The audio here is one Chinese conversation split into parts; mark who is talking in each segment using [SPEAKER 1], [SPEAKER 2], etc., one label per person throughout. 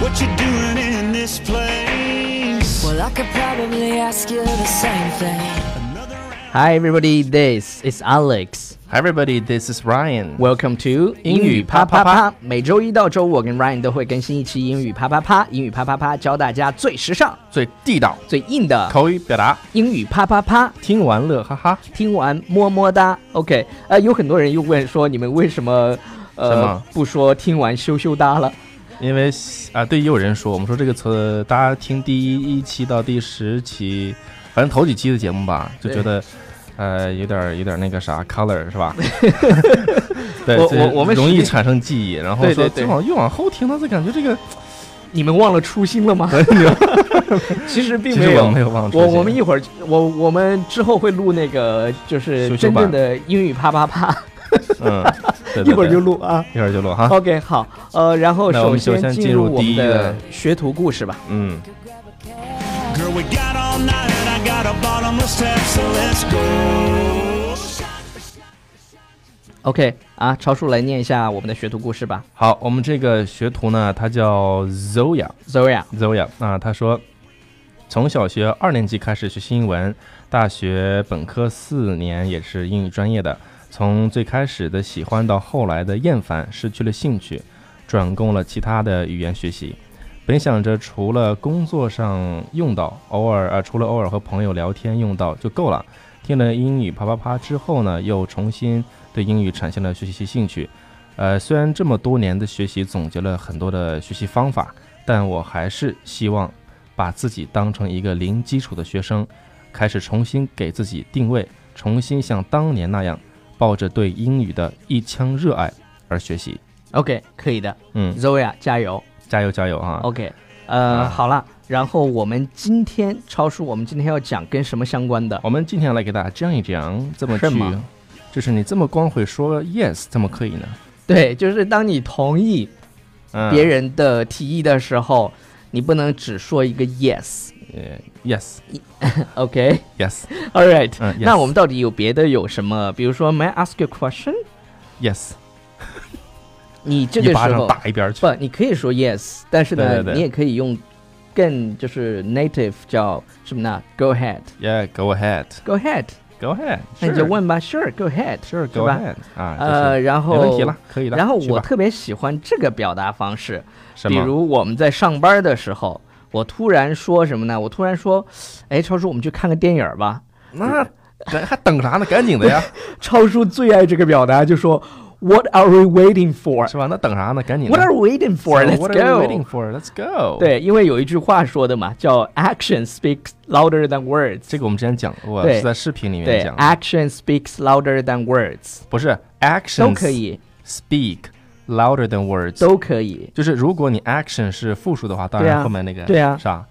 [SPEAKER 1] what you're doing in this place.
[SPEAKER 2] Well, I could probably ask you the same thing.
[SPEAKER 3] Hi everybody, this is Alex.
[SPEAKER 4] Hi everybody, this is Ryan.
[SPEAKER 3] Welcome to 英语啪啪啪。每周一到周五，我跟 Ryan 都会更新一期英语啪啪啪。英语啪啪啪教大家最时尚、
[SPEAKER 4] 最地道
[SPEAKER 3] 最硬的
[SPEAKER 4] 口语表达，
[SPEAKER 3] 英语啪啪啪。
[SPEAKER 4] 听完乐哈哈。
[SPEAKER 3] 听完么么哒。OK，呃，有很多人又问说你们为什么
[SPEAKER 4] 什
[SPEAKER 3] 呃
[SPEAKER 4] 么
[SPEAKER 3] 不说听完羞羞哒了？
[SPEAKER 4] 因为啊，对，也有人说我们说这个词，大家听第一期到第十期，反正头几期的节目吧，就
[SPEAKER 3] 对
[SPEAKER 4] 觉得呃有点有点那个啥 color 是吧？ 对，
[SPEAKER 3] 我
[SPEAKER 4] 这
[SPEAKER 3] 我我们
[SPEAKER 4] 容
[SPEAKER 3] 实
[SPEAKER 4] 易
[SPEAKER 3] 际
[SPEAKER 4] 产生记忆，然后
[SPEAKER 3] 对
[SPEAKER 4] 说
[SPEAKER 3] 对对
[SPEAKER 4] 就往越往后听，他就感 觉这个嗯
[SPEAKER 3] 你们忘了初心了吗？ 其实并
[SPEAKER 4] 呃其
[SPEAKER 3] 没
[SPEAKER 4] 实我
[SPEAKER 3] 有。
[SPEAKER 4] 没有忘初
[SPEAKER 3] 我
[SPEAKER 4] 心
[SPEAKER 3] 我们一会儿我我们之后会录那个就是
[SPEAKER 4] 羞羞
[SPEAKER 3] 真
[SPEAKER 4] 版
[SPEAKER 3] 正的英语啪啪啪，
[SPEAKER 4] 嗯，对对
[SPEAKER 3] 一会儿
[SPEAKER 4] 对
[SPEAKER 3] 就录啊。
[SPEAKER 4] 一会儿就 录哈，
[SPEAKER 3] OK，好，呃，然后
[SPEAKER 4] 那我
[SPEAKER 3] 首先
[SPEAKER 4] 们就先
[SPEAKER 3] 进
[SPEAKER 4] 进
[SPEAKER 3] 入
[SPEAKER 4] 入
[SPEAKER 3] 我们
[SPEAKER 4] 第一
[SPEAKER 3] 的
[SPEAKER 4] 个
[SPEAKER 3] 学徒故事吧。
[SPEAKER 4] 嗯，
[SPEAKER 1] Girl, we got all night, I got a bottomless tab, so let's go.
[SPEAKER 3] OK，啊，超叔来念一下我们的学徒故事吧。
[SPEAKER 4] 好，我们这个学徒呢，他叫 Zoya，
[SPEAKER 3] Zoya，
[SPEAKER 4] Zoya 啊，他说，从小学二年级开始学习英文，大学本科四年也是英语专业的。从最开始的喜欢到后来的厌烦，失去了兴趣，转攻了其他的语言学习。本想着除了工作上用到，偶尔啊，除了偶尔和朋友聊天用到就够了。听了英语啪啪啪之后呢，又重新对英语产生了学习兴趣。呃，虽然这么多年的学习总结了很多的学习方法，但我还是希望把自己当成一个零基础的学生，开始重新给自己定位，重新像当年那样，抱着对英语的一腔热爱而学习。
[SPEAKER 3] OK，可以的
[SPEAKER 4] 嗯，
[SPEAKER 3] ，Zoya 加油
[SPEAKER 4] 加油加油啊！
[SPEAKER 3] ，OK，呃，
[SPEAKER 4] 啊
[SPEAKER 3] 好了，然后我们今天超叔，我们今天要讲跟什么相关的？
[SPEAKER 4] 我们今天来给大家讲一讲怎么
[SPEAKER 3] 是
[SPEAKER 4] 去
[SPEAKER 3] 吗，
[SPEAKER 4] 就是你这么光会说 yes 怎么可以呢？
[SPEAKER 3] 对，就是当你同意
[SPEAKER 4] 嗯，
[SPEAKER 3] 别人的提议的时候，你不能只说一个 yes。
[SPEAKER 4] 呃 yes
[SPEAKER 3] OK，All、
[SPEAKER 4] yes
[SPEAKER 3] right，、
[SPEAKER 4] 嗯
[SPEAKER 3] 那
[SPEAKER 4] yes
[SPEAKER 3] 我们到底有别的有什么？比如说，May I ask you a question？
[SPEAKER 4] yes，
[SPEAKER 3] 你这个
[SPEAKER 4] 一巴
[SPEAKER 3] 时
[SPEAKER 4] 掌
[SPEAKER 3] 候
[SPEAKER 4] 打一边儿去
[SPEAKER 3] 不，。你可以说 yes，但是呢，
[SPEAKER 4] 对对对
[SPEAKER 3] 你也可以用更就是 native 叫什么呢？Go ahead，Go
[SPEAKER 4] Yeah，go ahead，go
[SPEAKER 3] ahead，
[SPEAKER 4] ahead，
[SPEAKER 3] 那你就
[SPEAKER 4] sure，
[SPEAKER 3] 问吧，Sure，Go ahead，
[SPEAKER 4] sure
[SPEAKER 3] 是
[SPEAKER 4] go
[SPEAKER 3] 吧？
[SPEAKER 4] ahead 啊，就是
[SPEAKER 3] 呃，然后
[SPEAKER 4] 没问题了，可以的。
[SPEAKER 3] 然后
[SPEAKER 4] 去
[SPEAKER 3] 我
[SPEAKER 4] 吧
[SPEAKER 3] 特别喜欢这个表达方式，
[SPEAKER 4] 什
[SPEAKER 3] 比
[SPEAKER 4] 么
[SPEAKER 3] 如我们在上班的时候，我突然说什么呢？我突然说，哎，超叔，我们去看个电影儿吧。
[SPEAKER 4] 那等还等啥呢？赶紧的呀，
[SPEAKER 3] 超叔最爱这个表达，就说 What are we waiting for？
[SPEAKER 4] 是吧？那等啥呢？赶紧的。
[SPEAKER 3] What are we waiting for?
[SPEAKER 4] So
[SPEAKER 3] Let's
[SPEAKER 4] what are we
[SPEAKER 3] go.
[SPEAKER 4] waiting for? Let's go。，
[SPEAKER 3] 对，因为有一句话说的嘛，叫 "Action speaks louder than words"。
[SPEAKER 4] 这个我们之前讲过，
[SPEAKER 3] 对
[SPEAKER 4] 是在视频里面
[SPEAKER 3] 对
[SPEAKER 4] 讲的，
[SPEAKER 3] ，action speaks louder than words，
[SPEAKER 4] 不是 action
[SPEAKER 3] 都可以，
[SPEAKER 4] speak louder than words。
[SPEAKER 3] 都可以。
[SPEAKER 4] 就是如果你 action 是复数的话，当
[SPEAKER 3] 对啊
[SPEAKER 4] 然后面那个
[SPEAKER 3] 对啊
[SPEAKER 4] 是吧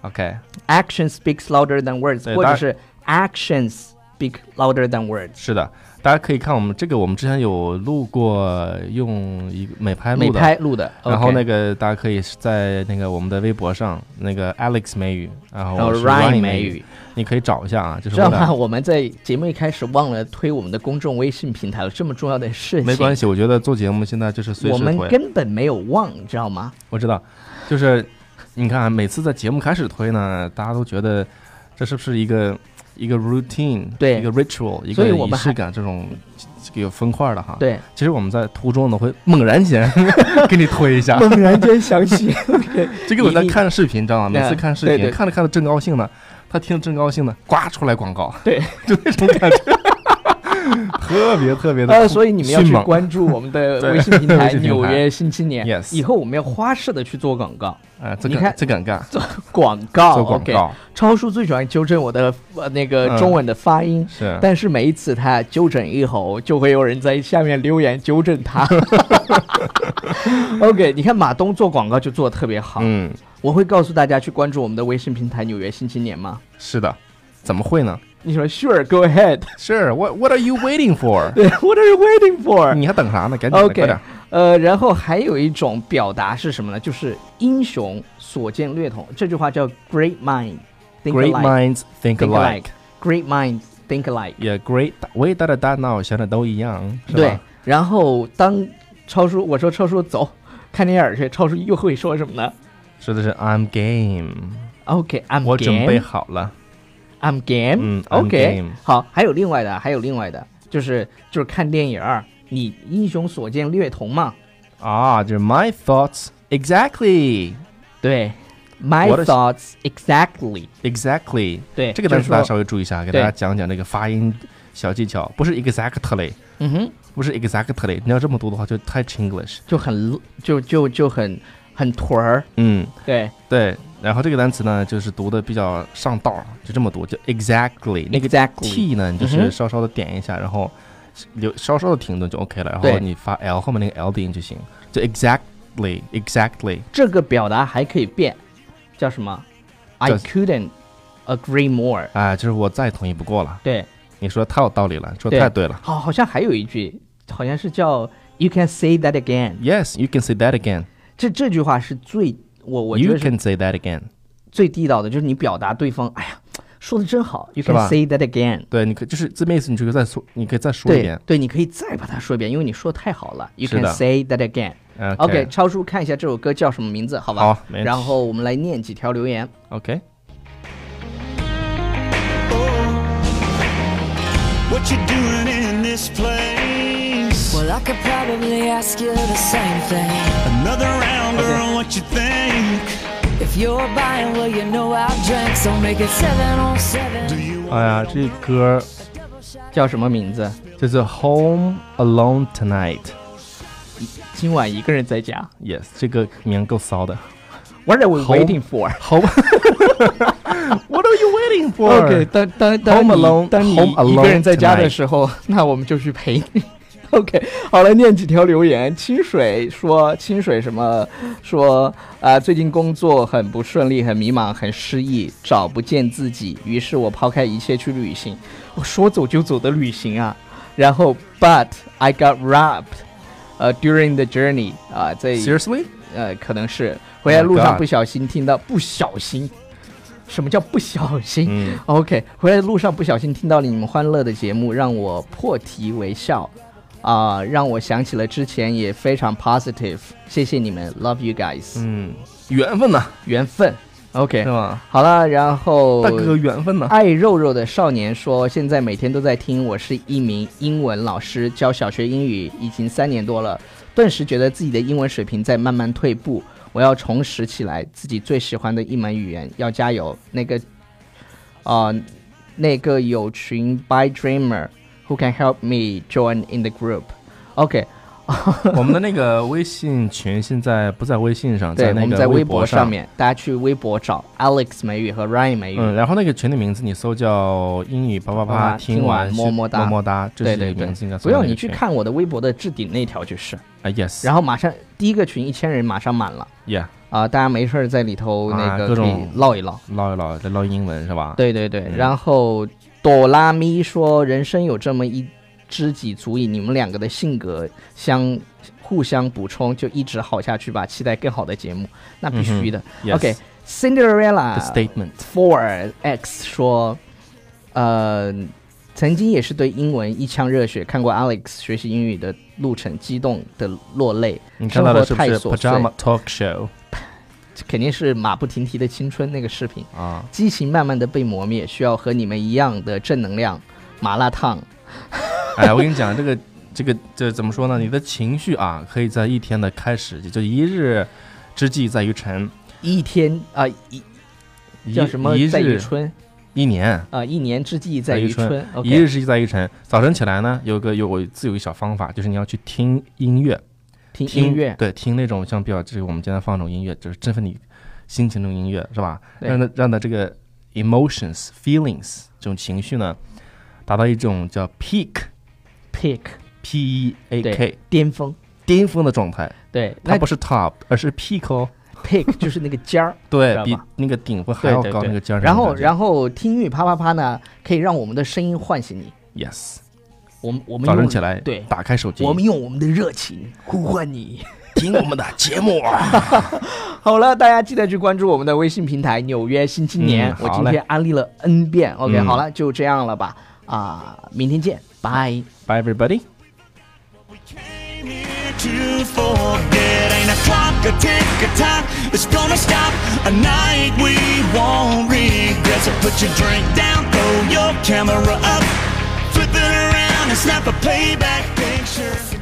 [SPEAKER 4] ？OK，
[SPEAKER 3] Action speaks louder than words，
[SPEAKER 4] 对
[SPEAKER 3] 或者
[SPEAKER 4] 当
[SPEAKER 3] 是 actions speak louder than words。
[SPEAKER 4] 是的，大家可以看我们这个，我们之前有录过用一个美拍
[SPEAKER 3] 美
[SPEAKER 4] 录的。
[SPEAKER 3] 拍录的，
[SPEAKER 4] 然后
[SPEAKER 3] OK
[SPEAKER 4] 那，个大家可以在那个我们的微博上，那个 Alex 美语，然后
[SPEAKER 3] 然后
[SPEAKER 4] 我是
[SPEAKER 3] Ryan
[SPEAKER 4] 美
[SPEAKER 3] 美语，
[SPEAKER 4] 你可以找一下啊，就是
[SPEAKER 3] 知道
[SPEAKER 4] 我俩
[SPEAKER 3] 吗？我们在节目一开始忘了推我们的公众微信平台了，这么重要的事情，
[SPEAKER 4] 没关，系，我觉得做节目现在就是随
[SPEAKER 3] 我
[SPEAKER 4] 时
[SPEAKER 3] 们
[SPEAKER 4] 推，
[SPEAKER 3] 根本没有忘，你知道吗？
[SPEAKER 4] 我知道，就是你看啊，每次在节目开始推呢，大家都觉得这是不是一个一个 routine，
[SPEAKER 3] 对
[SPEAKER 4] 一个 ritual，一
[SPEAKER 3] 所
[SPEAKER 4] 个
[SPEAKER 3] 以我
[SPEAKER 4] 仪
[SPEAKER 3] 们
[SPEAKER 4] 式感这种这个有分块的哈。，
[SPEAKER 3] 对，
[SPEAKER 4] 其实我们在途中呢会猛然 间 给你推一下，
[SPEAKER 3] 猛然间想起，
[SPEAKER 4] 这个我在
[SPEAKER 3] 你
[SPEAKER 4] 看视频，知道吗？每
[SPEAKER 3] 对
[SPEAKER 4] 次看视
[SPEAKER 3] 对
[SPEAKER 4] 频
[SPEAKER 3] 对
[SPEAKER 4] 看着看着正高兴呢，他听着正高兴呢，呱出来广告，
[SPEAKER 3] 对，
[SPEAKER 4] 就那种感觉，特别特别的
[SPEAKER 3] 呃，所以你们要去
[SPEAKER 4] 迅猛
[SPEAKER 3] 关注我们 的
[SPEAKER 4] 对
[SPEAKER 3] 微信平台
[SPEAKER 4] 微
[SPEAKER 3] 《
[SPEAKER 4] 信平台
[SPEAKER 3] 纽约新青年》
[SPEAKER 4] Yes
[SPEAKER 3] 以后我们要花式的去做广告，
[SPEAKER 4] 啊，这
[SPEAKER 3] 你看
[SPEAKER 4] 敢这敢干，
[SPEAKER 3] 广告
[SPEAKER 4] 做广
[SPEAKER 3] OK
[SPEAKER 4] 告
[SPEAKER 3] 超叔最喜欢纠正我的呃那个
[SPEAKER 4] 嗯
[SPEAKER 3] 中文的发音，
[SPEAKER 4] 是。
[SPEAKER 3] 但是每一次他纠正一后，就会有人在下面留言纠正 他。OK，你看马东做广告就做的特别好，
[SPEAKER 4] 嗯，
[SPEAKER 3] 我会告诉大家去关注我们的微信平台《纽约新青年》吗？
[SPEAKER 4] 是的，怎么会呢？
[SPEAKER 3] 你说 Sure, go ahead.
[SPEAKER 4] 是 What What are you waiting for？
[SPEAKER 3] 对，What are you waiting for？
[SPEAKER 4] 你还等啥呢？赶紧的
[SPEAKER 3] OK，
[SPEAKER 4] 快点！
[SPEAKER 3] 呃，然后还有一种表达是什么呢？就是英雄所见略同，这句话叫 Great mind think
[SPEAKER 4] Great
[SPEAKER 3] alike。
[SPEAKER 4] minds think
[SPEAKER 3] Think
[SPEAKER 4] alike，
[SPEAKER 3] Great mind think alike。
[SPEAKER 4] 也 great 伟大的大脑想的都一样，是
[SPEAKER 3] 对
[SPEAKER 4] 吧？，
[SPEAKER 3] 然后当超叔我说超叔走看电影儿去，超叔又会说什么呢？
[SPEAKER 4] 说的是 I'm game，
[SPEAKER 3] OK，I'm
[SPEAKER 4] 我准备
[SPEAKER 3] game。
[SPEAKER 4] 好了。
[SPEAKER 3] I'm game
[SPEAKER 4] 嗯，I'm
[SPEAKER 3] OK，
[SPEAKER 4] game
[SPEAKER 3] 好，还有另外的，还有另外的，就是就是看电影儿，你英雄所见略同嘛。
[SPEAKER 4] 啊，就是 My thoughts exactly
[SPEAKER 3] 对，My
[SPEAKER 4] 我的
[SPEAKER 3] thoughts exactly。
[SPEAKER 4] exactly。
[SPEAKER 3] 对，
[SPEAKER 4] 这
[SPEAKER 3] 就
[SPEAKER 4] 个单
[SPEAKER 3] 是
[SPEAKER 4] 词大家
[SPEAKER 3] 说，
[SPEAKER 4] 稍微注意一下，给大
[SPEAKER 3] 对
[SPEAKER 4] 家讲讲这个发音小技巧，不是 exactly，
[SPEAKER 3] 嗯哼，
[SPEAKER 4] 不是 exactly，你要这么读的话就太 Chinglish。
[SPEAKER 3] 就很就就就很很屯儿。
[SPEAKER 4] 嗯，
[SPEAKER 3] 对
[SPEAKER 4] 对。然后这个单词呢，就是读的比较上道儿，就这么读，就 exactly。那个
[SPEAKER 3] ，exactly。
[SPEAKER 4] t 呢，你就
[SPEAKER 3] 嗯
[SPEAKER 4] 是
[SPEAKER 3] 哼
[SPEAKER 4] 稍稍的点一下，然后留稍稍的停顿就 OK 了，然后
[SPEAKER 3] 对
[SPEAKER 4] 你发 l 后面那个 l 的音就行，就 exactly exactly。
[SPEAKER 3] 这个表达还可以变，叫什么？I
[SPEAKER 4] 叫
[SPEAKER 3] couldn't agree more。
[SPEAKER 4] 啊，就是我再同意不过了。
[SPEAKER 3] 对，
[SPEAKER 4] 你说太有道理了，说
[SPEAKER 3] 对
[SPEAKER 4] 太对了。
[SPEAKER 3] 好，好像还有一句，好像是叫 You can say that again。
[SPEAKER 4] Yes, you can say that again.
[SPEAKER 3] 这这句话是最我我觉
[SPEAKER 4] You
[SPEAKER 3] 得是
[SPEAKER 4] can say that again.
[SPEAKER 3] 最地道的，就是你表达对方，哎呀，说的真好，You
[SPEAKER 4] 是
[SPEAKER 3] can
[SPEAKER 4] 吧
[SPEAKER 3] say that again。
[SPEAKER 4] 对，你可就是字面意思，你就可以再说，你可以再说一
[SPEAKER 3] 对
[SPEAKER 4] 遍。
[SPEAKER 3] 对，你可以再把它说一遍，因为你说得太好了。You
[SPEAKER 4] 是的
[SPEAKER 3] can say that again。OK，
[SPEAKER 4] OK
[SPEAKER 3] 超叔看一下这首歌叫什么名字，好吧？
[SPEAKER 4] 好没问题
[SPEAKER 3] 然后我们来念几条留言。
[SPEAKER 4] OK，
[SPEAKER 1] What you doing in this place?
[SPEAKER 2] Well, I could probably ask you the same thing.
[SPEAKER 1] Another round,
[SPEAKER 3] Okay.
[SPEAKER 1] girl, what you think?
[SPEAKER 2] If you're buying, well, you know I'll drink, so make it seven on seven.
[SPEAKER 1] Do you
[SPEAKER 4] 哎呀，这歌
[SPEAKER 3] 叫什么名字？
[SPEAKER 4] 叫做《Home Alone Tonight》
[SPEAKER 3] 今晚一个人在家。
[SPEAKER 4] ，Yes，这个名够骚的。
[SPEAKER 3] What are we
[SPEAKER 4] Home-
[SPEAKER 3] waiting for？
[SPEAKER 4] Home ，What are you waiting for？
[SPEAKER 3] OK，当当当
[SPEAKER 4] Home
[SPEAKER 3] 你
[SPEAKER 4] alone-
[SPEAKER 3] 当你
[SPEAKER 4] Home
[SPEAKER 3] 一个
[SPEAKER 4] alone
[SPEAKER 3] 人在家
[SPEAKER 4] tonight
[SPEAKER 3] 的时候， 那我们就去陪你。OK，好了，念几条留言。清水说，清水什么说啊、最近工作很不顺利，很迷茫，很失意，找不见自己。于是我抛开一切去旅行，我说走就走的旅行啊。然后，But I got robbed，呃、d u r i n g the journey，啊、在
[SPEAKER 4] Seriously？
[SPEAKER 3] 呃，可能是回来路
[SPEAKER 4] Oh my
[SPEAKER 3] 上
[SPEAKER 4] God
[SPEAKER 3] 不小心听到不小心，什么叫不小心？
[SPEAKER 4] 嗯
[SPEAKER 3] OK，回来的路上不小心听到了你们欢乐的节目，让我破涕为笑，啊、让我想起了之前也非常 positive，谢谢你们，love you guys，、
[SPEAKER 4] 嗯，缘分呐，
[SPEAKER 3] 缘分，OK，
[SPEAKER 4] 是吧？
[SPEAKER 3] 好了，然后
[SPEAKER 4] 大哥，缘分呐。
[SPEAKER 3] 爱肉肉的少年说，现在每天都在听，我是一名英文老师，教小学英语已经三年多了，顿时觉得自己的英文水平在慢慢退步，我要重拾起来自己最喜欢的一门语言，要加油。那个，啊、那个有群 By Dreamer who can help me join in the group。OK，
[SPEAKER 4] 我们的那个微信群现在不在微信上，
[SPEAKER 3] 对，我
[SPEAKER 4] 那
[SPEAKER 3] 们
[SPEAKER 4] 个
[SPEAKER 3] 在微
[SPEAKER 4] 博
[SPEAKER 3] 博上。面，大家去微博找 Alex 美语和 Ryan 美语。
[SPEAKER 4] 嗯，然后那个群的名字你搜叫英语叭叭叭，
[SPEAKER 3] 啊
[SPEAKER 4] 听
[SPEAKER 3] 听完
[SPEAKER 4] 完
[SPEAKER 3] 么
[SPEAKER 4] 是
[SPEAKER 3] 么哒
[SPEAKER 4] 么么哒，这
[SPEAKER 3] 对
[SPEAKER 4] 是
[SPEAKER 3] 对
[SPEAKER 4] 这个
[SPEAKER 3] 对
[SPEAKER 4] 名字应该，搜
[SPEAKER 3] 不
[SPEAKER 4] 到
[SPEAKER 3] 用
[SPEAKER 4] 那
[SPEAKER 3] 你
[SPEAKER 4] 个
[SPEAKER 3] 去
[SPEAKER 4] 群
[SPEAKER 3] 看我的微博的置顶那条就是，
[SPEAKER 4] 啊，yes，
[SPEAKER 3] 然后马上第一个群一千人马上满了
[SPEAKER 4] yeah，
[SPEAKER 3] 啊、大家没事儿在里头
[SPEAKER 4] 啊
[SPEAKER 3] 那
[SPEAKER 4] 各
[SPEAKER 3] 个可以
[SPEAKER 4] 种
[SPEAKER 3] 唠一唠。
[SPEAKER 4] 唠一唠，再唠英文是吧？
[SPEAKER 3] 对对对，
[SPEAKER 4] 嗯
[SPEAKER 3] 然后朵拉咪说：“人生有这么一知己足矣，你们两个的性格相互相补充，就一直好下去吧。期待更好的节目，那必须的。
[SPEAKER 4] 嗯 Yes
[SPEAKER 3] OK，呃
[SPEAKER 4] The
[SPEAKER 3] Cinderella
[SPEAKER 4] statement，
[SPEAKER 3] Four X 说，呃，曾经也是对英文一腔热血，看过 Alex 学习英语的路程，激动的落泪。
[SPEAKER 4] 你看到的是不是
[SPEAKER 3] 生活太琐碎
[SPEAKER 4] pajama talk show
[SPEAKER 3] 这肯定是马不停蹄的青春那个视频。
[SPEAKER 4] 啊？
[SPEAKER 3] 激情慢慢的被磨灭，需要和你们一样的正能量。麻辣烫，
[SPEAKER 4] 哎，我跟你讲，这个这个这怎么说呢？你的情绪啊，可以在一天的开始，就一日之计在于晨，
[SPEAKER 3] 一天啊、一
[SPEAKER 4] 一
[SPEAKER 3] 叫什么
[SPEAKER 4] 一
[SPEAKER 3] 在于
[SPEAKER 4] 日
[SPEAKER 3] 春
[SPEAKER 4] 一年。
[SPEAKER 3] 啊、一年之计在
[SPEAKER 4] 于
[SPEAKER 3] 于春
[SPEAKER 4] 春。
[SPEAKER 3] OK，
[SPEAKER 4] 一日之计在于晨。早晨起来呢，有个有我自有一小方法，就是你要去听音乐，
[SPEAKER 3] 听音乐，
[SPEAKER 4] 对，听那种像比较，就是我们经常放这种音乐，就是振奋你心情这种音乐，是吧？
[SPEAKER 3] 对
[SPEAKER 4] 让它让它这个 emotions feelings 这种情绪呢，达到一种叫 peak
[SPEAKER 3] peak
[SPEAKER 4] p e a
[SPEAKER 3] 对
[SPEAKER 4] k
[SPEAKER 3] 巅峰，
[SPEAKER 4] 巅峰的状态，
[SPEAKER 3] 对，
[SPEAKER 4] 它
[SPEAKER 3] 那
[SPEAKER 4] 不是 top，而是 peak 哦。
[SPEAKER 3] peak 就是那个尖儿，知
[SPEAKER 4] 对
[SPEAKER 3] 道
[SPEAKER 4] 比
[SPEAKER 3] 吧
[SPEAKER 4] 那个顶 峰还
[SPEAKER 3] 对
[SPEAKER 4] 要
[SPEAKER 3] 对
[SPEAKER 4] 高，那
[SPEAKER 3] 对
[SPEAKER 4] 个尖儿。
[SPEAKER 3] 然后然后听英语啪啪啪呢，可以让我们的声音唤醒你，
[SPEAKER 4] yes，
[SPEAKER 3] 我们我们
[SPEAKER 4] 早
[SPEAKER 3] 用
[SPEAKER 4] 晨起来，
[SPEAKER 3] 对，
[SPEAKER 4] 打开手机，
[SPEAKER 3] 我们用我们的热情呼唤你。
[SPEAKER 4] 听我们的节目 啊。
[SPEAKER 3] 好了，大家记得去关注我们的微信平台《纽约新青年》
[SPEAKER 4] 嗯
[SPEAKER 3] 我
[SPEAKER 4] 好
[SPEAKER 3] 今
[SPEAKER 4] 嘞
[SPEAKER 3] 天安利了 N 遍。OK，、
[SPEAKER 4] 嗯
[SPEAKER 3] 好了，就这样了吧。啊、明天见，拜。
[SPEAKER 4] Bye everybody。
[SPEAKER 1] Came here to forget ain't a clock a tick of time that's gonna stop a night we won't regret. So put your drink down, throw your camera up, flip it around and snap a payback picture.